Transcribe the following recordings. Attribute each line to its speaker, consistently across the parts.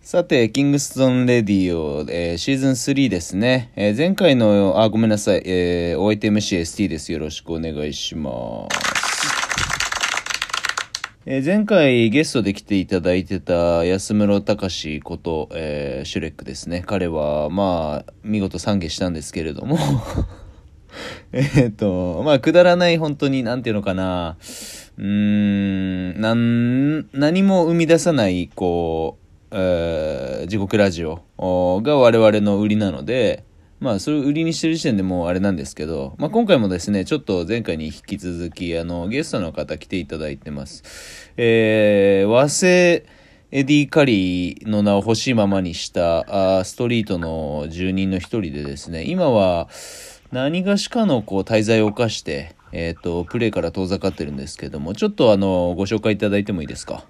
Speaker 1: さて、キングストンレディオ、えーシーズン3ですね。えー前回の、あ、ごめんなさい、えー、お相手 MCST です。よろしくお願いします。えー前回ゲストで来ていただいてた安室隆こと、えーシュレックですね。彼は、まあ、見事懺悔したんですけれども。 えっと、まあ、くだらない本当に、なんていうのかな。うーん、なん、何も生み出さない、こう、えー、地獄ラジオおーが我々の売りなので、まあ、それを売りにしてる時点でもうあれなんですけど、まあ、今回もですね、ちょっと前回に引き続き、あの、ゲストの方来ていただいてます。えー、和製、エディ・カリーの名を欲しいままにしたあーストリートの住人の一人でですね、今は何がしかのこう滞在を犯して、えっ、と、プレーから遠ざかってるんですけども、ちょっとあの、ご紹介いただいてもいいですか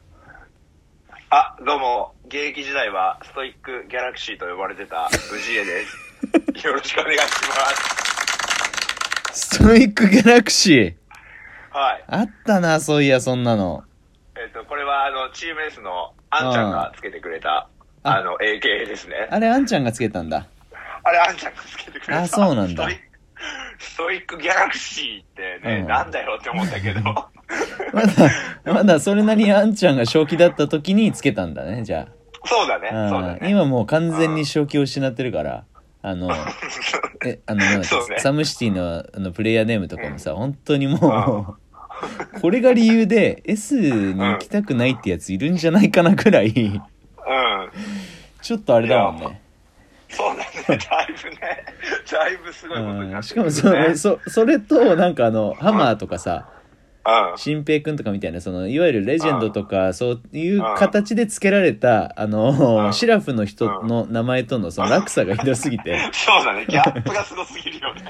Speaker 2: あ、どうも、現役時代はストイックギャラクシーと呼ばれてた氏 家です。よろしくお願いします。
Speaker 1: ストイック・ギャラクシー
Speaker 2: はい。
Speaker 1: あったな、そういや、そんなの。
Speaker 2: えっ、と、これはあの、チーム S のあんちゃんがつけてくれた、
Speaker 1: あ
Speaker 2: あの、AKA ですね。
Speaker 1: あれ、あんちゃんがつけたんだ。
Speaker 2: あれ、あんちゃんがつけてくれた。
Speaker 1: あそうなんだ
Speaker 2: ストイック。ストイックギャラクシーってね、
Speaker 1: うん
Speaker 2: なんだよって思っ たけど、
Speaker 1: まだ、まだそれなりにあんちゃんが正気だった時につけたんだね、じゃ
Speaker 2: そうだね、
Speaker 1: あ。
Speaker 2: そうだ
Speaker 1: うん
Speaker 2: ね。
Speaker 1: 今もう完全に正気を失ってるから、あの、え、あの、なんだっけ
Speaker 2: そうね
Speaker 1: サムシティのあのプレイヤーネームとかもさ、本当にもう、これが理由で S に行きたくないってやついるんじゃないかなくらい、
Speaker 2: うん。
Speaker 1: ちょっとあれだもんね。
Speaker 2: そうだね、だいぶね、だいぶすごいことに
Speaker 1: う
Speaker 2: なっ
Speaker 1: ん、
Speaker 2: て
Speaker 1: しか
Speaker 2: くる、ね。
Speaker 1: もそ、そ、それと、なんかあの、ハマーとかさ、
Speaker 2: うん。
Speaker 1: 新平くんとかみたいな、その、いわゆるレジェンドとか、そういう形で付けられた、あ
Speaker 2: う
Speaker 1: の、
Speaker 2: ん
Speaker 1: シラフの人の名前とのその落差がひどすぎ て。
Speaker 2: そうだね、ギャップがすごすぎるよね。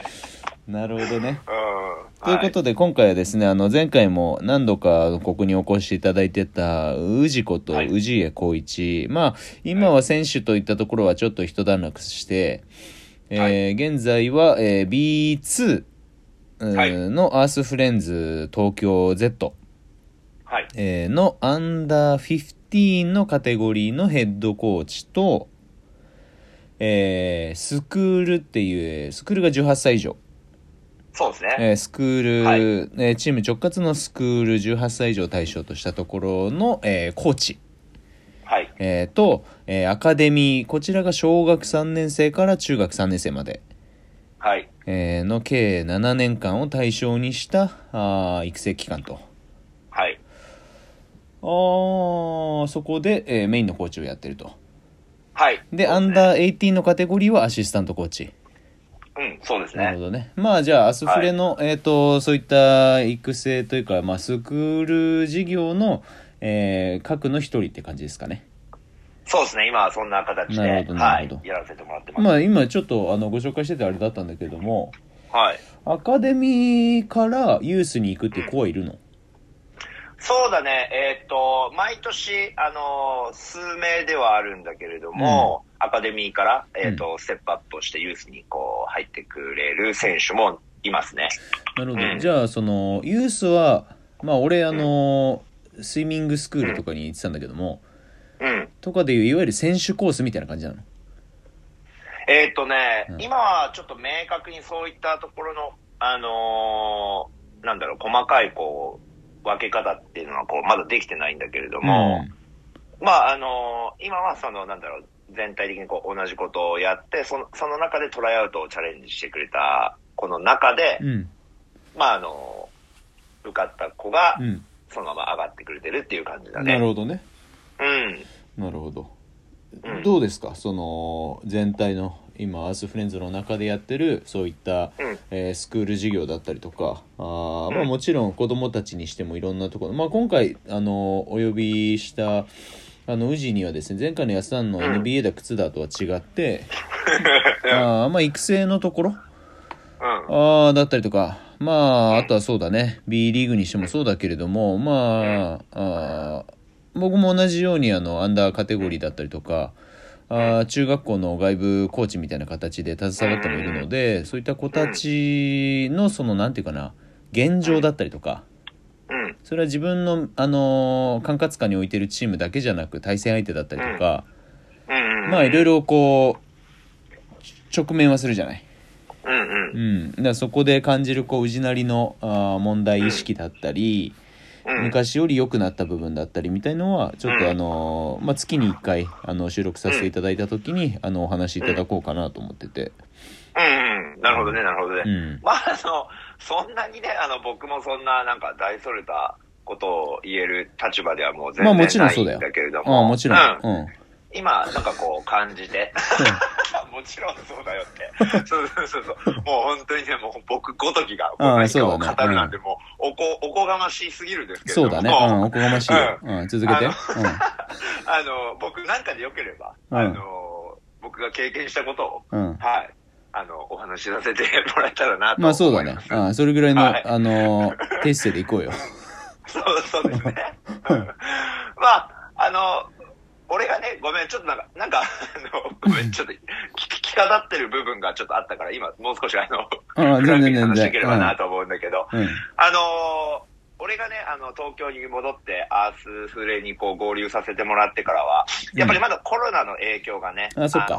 Speaker 1: なるほどね。
Speaker 2: うん。
Speaker 1: ということで、今回はですね、あの、前回も何度かここにお越しいただいてた、宇治子と
Speaker 2: はい
Speaker 1: 宇治江光一。まあ、今は選手といったところはちょっと一段落して、
Speaker 2: は
Speaker 1: えー現在は、えー B2 う
Speaker 2: は
Speaker 1: ー
Speaker 2: い
Speaker 1: のアースフレンズ東京 Z
Speaker 2: はい。はい。
Speaker 1: えーのアンダー15のカテゴリーのヘッドコーチと、えースクールっていう、スクールが18歳以上。
Speaker 2: そうですね。
Speaker 1: えースクール、
Speaker 2: はい
Speaker 1: えーチーム直轄のスクール18歳以上を対象としたところの、えーコーチ、
Speaker 2: はい。
Speaker 1: えーと、えーアカデミー、こちらが小学3年生から中学3年生まで、
Speaker 2: はい。
Speaker 1: えーの計7年間を対象にしたあー育成期間と。
Speaker 2: はい。
Speaker 1: あーそこで、えーメインのコーチをやってると。
Speaker 2: はい。
Speaker 1: で、アンダー18のカテゴリーはアシスタントコーチ。
Speaker 2: うん、そうです
Speaker 1: なる
Speaker 2: ね
Speaker 1: ほ。どね。まあじゃあ、アスフレの、えっ、と、そういった育成というか、まあ、スクール事業の、えー、各の一人って感じですかね。
Speaker 2: そうですね、今はそんな形で、
Speaker 1: なるほどな
Speaker 2: は
Speaker 1: るほ
Speaker 2: い
Speaker 1: ど。
Speaker 2: やらせてもらってます。
Speaker 1: まあ今ちょっとあのご紹介しててあれだったんだけども、
Speaker 2: はい。
Speaker 1: アカデミーからユースに行くって子はいるの
Speaker 2: そうだね、えっ、と、毎年、あのー数名ではあるんだけれども、アカデミーから、えっ、と、ステップアップをしてユースにこう、入ってくれる選手もいますね。
Speaker 1: なるほ
Speaker 2: う
Speaker 1: ど。
Speaker 2: ん
Speaker 1: じゃあ、その、ユースは、まあ俺あの、スイミングスクールとかに行ってたんだけども、
Speaker 2: うん。
Speaker 1: とかでいういわゆる選手コースみたいな感じなの
Speaker 2: えっ、とね、
Speaker 1: うん
Speaker 2: 今はちょっと明確にそういったところの、あのーなんだろう、細かいこう、分け方っていうのはこう、まだできてないんだけれども、まあ、あのー今はその、なんだろう、全体的にこう、同じことをやって、その、その中でトライアウトをチャレンジしてくれた、この中で、
Speaker 1: うん。うん。
Speaker 2: まあ、あのー受かった子が
Speaker 1: う、ん。
Speaker 2: そのまま上がってくれてるっていう感じだ
Speaker 1: なる
Speaker 2: ね。
Speaker 1: ほどね。
Speaker 2: うん。
Speaker 1: なるほど、
Speaker 2: うん
Speaker 1: どうですかその全体の今アースフレンズの中でやってるそういった、
Speaker 2: うん
Speaker 1: えースクール授業だったりとかあー、
Speaker 2: うん
Speaker 1: まあ、もちろん子どもたちにしてもいろんなところ、まあ、今回あのお呼びしたあの宇治にはですね前回の安さんの
Speaker 2: うん
Speaker 1: NBA だ靴だとは違って、 あーまあ、育成のところ
Speaker 2: うん。
Speaker 1: あーだったりとかまああとはそうだね B リーグにしてもそうだけれどもまああー僕も同じようにあのアンダーカテゴリーだったりとかあー中学校の外部コーチみたいな形で携わってもいるのでそういった子たちのそのなんていうかな現状だったりとか
Speaker 2: うん。
Speaker 1: それは自分の、あのー管轄下に置いてるチームだけじゃなく対戦相手だったりとか、
Speaker 2: うんうん。
Speaker 1: まあいろい。ろこう、直面はするじゃない。
Speaker 2: うんう。
Speaker 1: うんん。だからそこで感じるこう、宇治なりのあー問題意識だったり、
Speaker 2: うん。
Speaker 1: 昔より良くなった部分だったりみたいのはちょっとあのーまあ、月に1回あの収録させていただいた時にあのお話しいただこうかなと思ってて、
Speaker 2: うんうん。なるほどね、なるほどね。
Speaker 1: うん、
Speaker 2: まあ、あの、そんなにね、あの、僕もそんな、なんか、大それたことを言える立場ではもう全
Speaker 1: まあ
Speaker 2: 然な
Speaker 1: もちろんそ
Speaker 2: い
Speaker 1: うだよ
Speaker 2: んだけれども。
Speaker 1: ああもちろん、
Speaker 2: う
Speaker 1: うんん
Speaker 2: 今、なんかこう、感じて。 もちろんそうだよって。そうそうそうそう。もう本当にね、もう僕ごときが、こう
Speaker 1: ああ
Speaker 2: 何かを
Speaker 1: そうだね
Speaker 2: 語るなんて、もう、おこ、おこがましいすぎるんですけれど
Speaker 1: そ
Speaker 2: も。
Speaker 1: うだね、うん、おこがましいよ、
Speaker 2: う
Speaker 1: うん続けて、う
Speaker 2: あ
Speaker 1: ん、
Speaker 2: あの、僕なんかでよければ、
Speaker 1: うん
Speaker 2: あの、僕が経験したことを、
Speaker 1: うん
Speaker 2: はい、あの、お話しさせてもらえたらなと思います。
Speaker 1: まあそうだね、うん、それぐらいの、
Speaker 2: はい
Speaker 1: あのーテストでいこうよ
Speaker 2: そう、そ うですね。うんまあ、あの、俺がね、ごめん、ちょっとなんか、なんか、あの、ごめん、ちょっと、聞き飾ってる部分がちょっとあったから、今、もう少し、あの、
Speaker 1: ああ全然
Speaker 2: に
Speaker 1: 全
Speaker 2: 話してい
Speaker 1: 然
Speaker 2: ければなと思うんだけど、
Speaker 1: うん、うん
Speaker 2: あのー俺がね、あの、東京に戻って、アースフレにこう合流させてもらってからは、やっぱりまだコロナの影響がね、
Speaker 1: うんあそっか
Speaker 2: の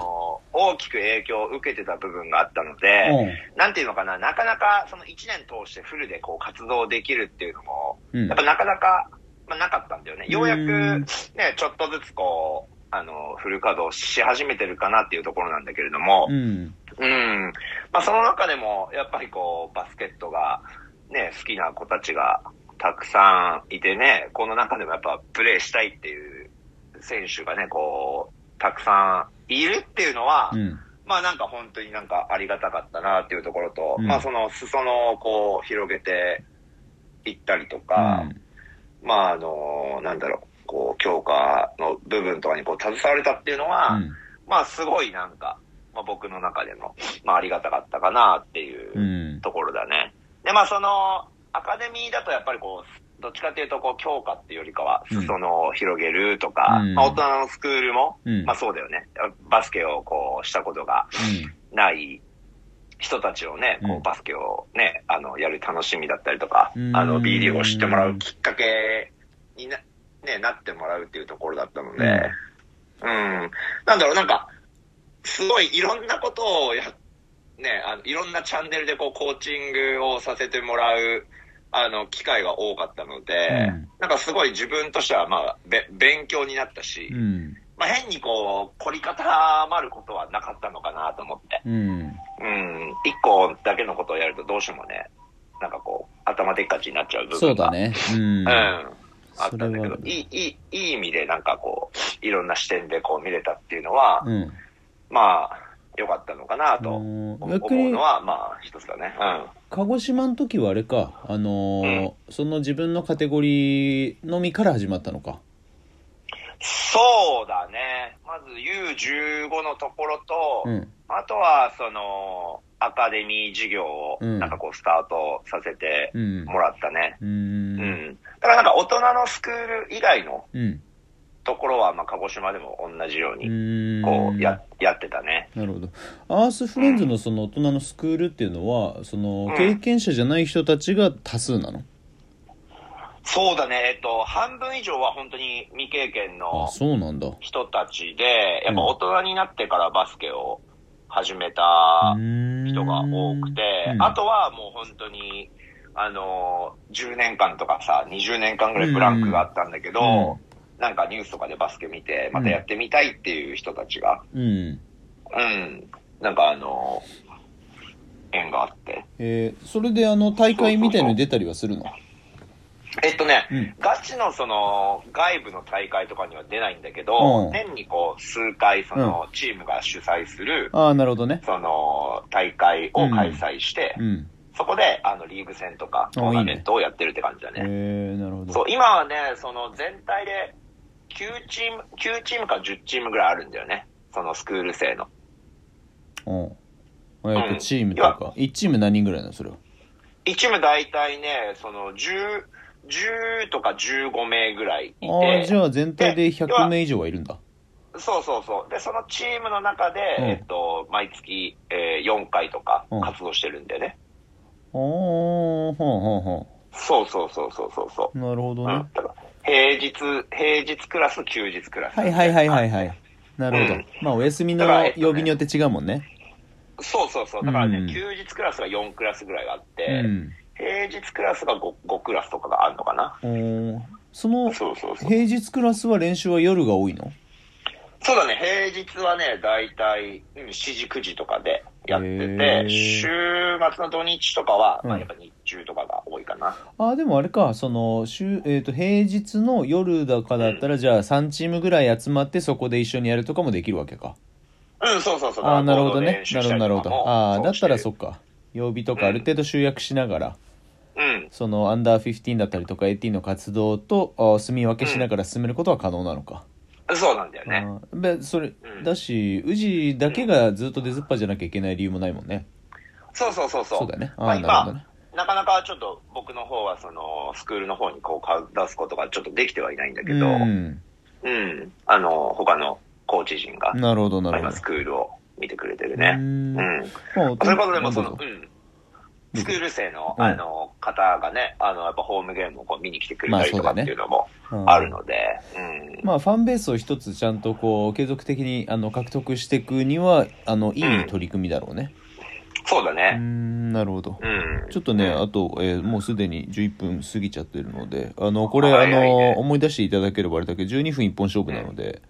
Speaker 2: ー大きく影響を受けてた部分があったので、なんていうのかな、なかなかその1年通してフルでこう活動できるっていうのも、
Speaker 1: うんうん
Speaker 2: やっぱなかなか、まあ、なかったんだよね。ようやく
Speaker 1: うん
Speaker 2: ね、ちょっとずつこう、あの、フル稼働し始めてるかなっていうところなんだけれども、
Speaker 1: うん
Speaker 2: うん。まあその中でも、やっぱりこう、バスケットがね、好きな子たちがたくさんいてね、この中でもやっぱプレーしたいっていう選手がね、こう、たくさんいるっていうのは、
Speaker 1: うん
Speaker 2: まあなんか本当になんかありがたかったなっていうところと、
Speaker 1: うん
Speaker 2: まあその裾野をこう広げていったりとか、まああの、なんだろう、こう強化の部分とかにこう携われたっていうのは、まあすごいなんか、まあ僕の中でも、まあありがたかったかなって
Speaker 1: う
Speaker 2: いうんところだね。でまあその、アカデミーだとやっぱりこう、どっちかっていうとこう強化っていうよりかは
Speaker 1: うん
Speaker 2: 裾野を広げるとか、
Speaker 1: うん
Speaker 2: まあ大人のスクールも、
Speaker 1: うん
Speaker 2: まあそうだよね。バスケをこうしたことがない人たちをね、こ
Speaker 1: う
Speaker 2: うんバスケをね、あの、やる楽しみだったりとか
Speaker 1: う、ん
Speaker 2: あの、B リーグを知ってもらうきっかけにな、ね、なってもらうっていうところだったので、うん、なんだろう、なんか、すごいいろんなことをや、ね、あのいろんなチャンネルでこう、コーチングをさせてもらう、あの、機会が多かったので、
Speaker 1: うん
Speaker 2: なんかすごい自分としては、まあ、べ勉強になったし、
Speaker 1: うん
Speaker 2: まあ、変にこう、凝り固まることはなかったのかなと思って。
Speaker 1: うん
Speaker 2: うん。一個だけのことをやるとどうしてもね、なんかこう、頭でっかちになっちゃう部
Speaker 1: そう
Speaker 2: 分
Speaker 1: だ
Speaker 2: が。
Speaker 1: ね
Speaker 2: う
Speaker 1: うん
Speaker 2: ん。あったんだ
Speaker 1: そ
Speaker 2: け
Speaker 1: れは
Speaker 2: ど
Speaker 1: あ、る
Speaker 2: いい、いい、いい意味でなんかこう、いろんな視点でこう見れたっていうのは、
Speaker 1: うん
Speaker 2: まあ、良かったのかなと思
Speaker 1: うん逆
Speaker 2: う
Speaker 1: に
Speaker 2: のは、まあ、一つだね。
Speaker 1: 鹿児島の時はあれかあのーその自分のカテゴリーのみから始まったのか
Speaker 2: うん。そうだね。まず U15 のところと、
Speaker 1: うん
Speaker 2: あとは、その、アカデミー事業を、
Speaker 1: うん
Speaker 2: なんかこう、スタートさせて
Speaker 1: うん
Speaker 2: もらったね。
Speaker 1: う
Speaker 2: うん。
Speaker 1: ん
Speaker 2: だからなんか、大人のスクール以外の
Speaker 1: うん
Speaker 2: ところは、まあ、鹿児島でも同じよう
Speaker 1: うん
Speaker 2: に、こう、や、やってたね。
Speaker 1: なるほどアースフレンズのその大人のスクールっていうのはその
Speaker 2: うん
Speaker 1: 経験者じゃない人たちが多数なの
Speaker 2: そうだね、えっと、半分以上は本当に未経験
Speaker 1: あ
Speaker 2: の
Speaker 1: そうなんだう
Speaker 2: 人たちで、やっぱ
Speaker 1: うん
Speaker 2: 大人になってからバスケを始めた
Speaker 1: ーん
Speaker 2: 人が多くて、
Speaker 1: うん
Speaker 2: あとはもう本当に、あの、10年間とかさ、20年間ぐらいブランクがあったんだけど、なんかニュースとかでバスケ見て、またやってみたいっていう人たちが、
Speaker 1: うんうん
Speaker 2: うん、なんかあの、縁があって。
Speaker 1: えーそれであの大会みたいのに出たりはするの
Speaker 2: えっとね、
Speaker 1: うん
Speaker 2: ガチのその外部の大会とかには出ないんだけ
Speaker 1: う
Speaker 2: ど、
Speaker 1: ん
Speaker 2: 年にこう数回そのチームが主催する、
Speaker 1: ああなるほどね
Speaker 2: その大会を開催して、
Speaker 1: うん
Speaker 2: そこであのリーグ戦とかトーナメントをやってるって感じだね。
Speaker 1: えーなるほど
Speaker 2: そう、今はね、その全体で9チーム、9チームか10チームぐらいあるんだよね。そのスクール生の。
Speaker 1: うん。えっと、チームというか、1チーム何人ぐらいなのそれは。
Speaker 2: 1チーム大体ね、その10、10とか15名ぐらいい
Speaker 1: ああ、じ
Speaker 2: て、
Speaker 1: ゃあ全体で100名以上はいるんだ。
Speaker 2: そうそうそう。で、そのチームの中で、
Speaker 1: うん
Speaker 2: えっと、毎月、えー4回とか
Speaker 1: うん
Speaker 2: 活動してるんだよね。
Speaker 1: ああ、はあは
Speaker 2: そうそうそうそうそう
Speaker 1: あ
Speaker 2: そ
Speaker 1: はあ。なるほ
Speaker 2: う。
Speaker 1: ど
Speaker 2: うん
Speaker 1: ね。
Speaker 2: だから平日、平日クラス、休日クラス。
Speaker 1: はいはいはいはいはい。なるほど。
Speaker 2: うん
Speaker 1: まあ、お休みの
Speaker 2: だからえっとね
Speaker 1: 曜日によって違うもんね。
Speaker 2: そうそうそう。だからね、
Speaker 1: うん
Speaker 2: 休日クラスが4クラスぐらいあって、
Speaker 1: うん。
Speaker 2: 平日クラスが 5, 5クラスとかがあるのかな。
Speaker 1: おーその、
Speaker 2: そうそうそう。
Speaker 1: 平日クラスは練習は夜が多いの
Speaker 2: そうだね、平日はね、だいたい7時、9時とかでやって
Speaker 1: へー
Speaker 2: て、週末の土日とかは、ま
Speaker 1: う
Speaker 2: あ
Speaker 1: ん
Speaker 2: やっぱ日中とかが多いかな。
Speaker 1: ああ、でもあれか、その、週、えっ、と、平日の夜だかだったら、じゃあ3チームぐらい集まってそこで一緒にやるとかもできるわけか。
Speaker 2: うん、そうそうそう。
Speaker 1: ああ、なるほどね
Speaker 2: 練。
Speaker 1: なるほ
Speaker 2: 習した
Speaker 1: ど、
Speaker 2: り
Speaker 1: なる
Speaker 2: と
Speaker 1: ほど。
Speaker 2: かも
Speaker 1: ああ、だったらそ
Speaker 2: っ
Speaker 1: っか。曜日とかある程度集約しながら、
Speaker 2: うん、
Speaker 1: その、アンダー15だったりとか18の活動と、あー住み分けしながら進めることは可能なのか。
Speaker 2: そうなんだよね。
Speaker 1: あーべそれ、
Speaker 2: うん
Speaker 1: だし、宇治だけがずっと出ずっぱじゃなきゃいけない理由もないもんね。
Speaker 2: そうそうそうそう。
Speaker 1: そうだよね。あ
Speaker 2: まあ
Speaker 1: あ、なるほどね。
Speaker 2: なかなかちょっと僕の方はそのスクールの方にこう顔出すことがちょっとできてはいないんだけど、
Speaker 1: う
Speaker 2: うん、
Speaker 1: ん。
Speaker 2: あの、他のコーチ陣が、
Speaker 1: なるほど、なるほ
Speaker 2: 今
Speaker 1: ど
Speaker 2: ス。クールを見てくれてる
Speaker 1: う
Speaker 2: ね。
Speaker 1: ん
Speaker 2: うん。
Speaker 1: まあ
Speaker 2: それこそでもそ
Speaker 1: ど
Speaker 2: の、
Speaker 1: うぞ
Speaker 2: う
Speaker 1: ど
Speaker 2: ん。
Speaker 1: うぞ
Speaker 2: スクール生の、
Speaker 1: うん
Speaker 2: あの、方がね、あの、やっぱホームゲームをこう見に来てくれ
Speaker 1: まあ
Speaker 2: たりとか
Speaker 1: そうだね
Speaker 2: っていうのも
Speaker 1: うん
Speaker 2: あるので、うん。
Speaker 1: まあ、ファンベースを一つちゃんとこう継続的にあの獲得していくにはあのいい取り組みだろうね。
Speaker 2: そうだ
Speaker 1: うー
Speaker 2: ね。
Speaker 1: んなるほど。
Speaker 2: うん。
Speaker 1: ちょっとね、
Speaker 2: うん
Speaker 1: あと、えーもうすでに11分過ぎちゃってるので、あの、これ、あ
Speaker 2: はいはいはい
Speaker 1: の、思い出していただければあれだけど、12分一本勝負なので、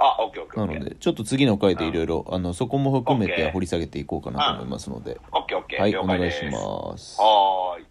Speaker 2: あ、オッケーオッケー
Speaker 1: な
Speaker 2: オッケ
Speaker 1: の
Speaker 2: ー。
Speaker 1: で、ちょっと次の回でいろいろ、あの、そこも含めて
Speaker 2: OK
Speaker 1: 掘り下げていこうかなと思いますので、
Speaker 2: オッケーオッケー。
Speaker 1: はい、
Speaker 2: 了
Speaker 1: お
Speaker 2: 解
Speaker 1: 願い
Speaker 2: で
Speaker 1: し
Speaker 2: す。
Speaker 1: ます。
Speaker 2: はーい。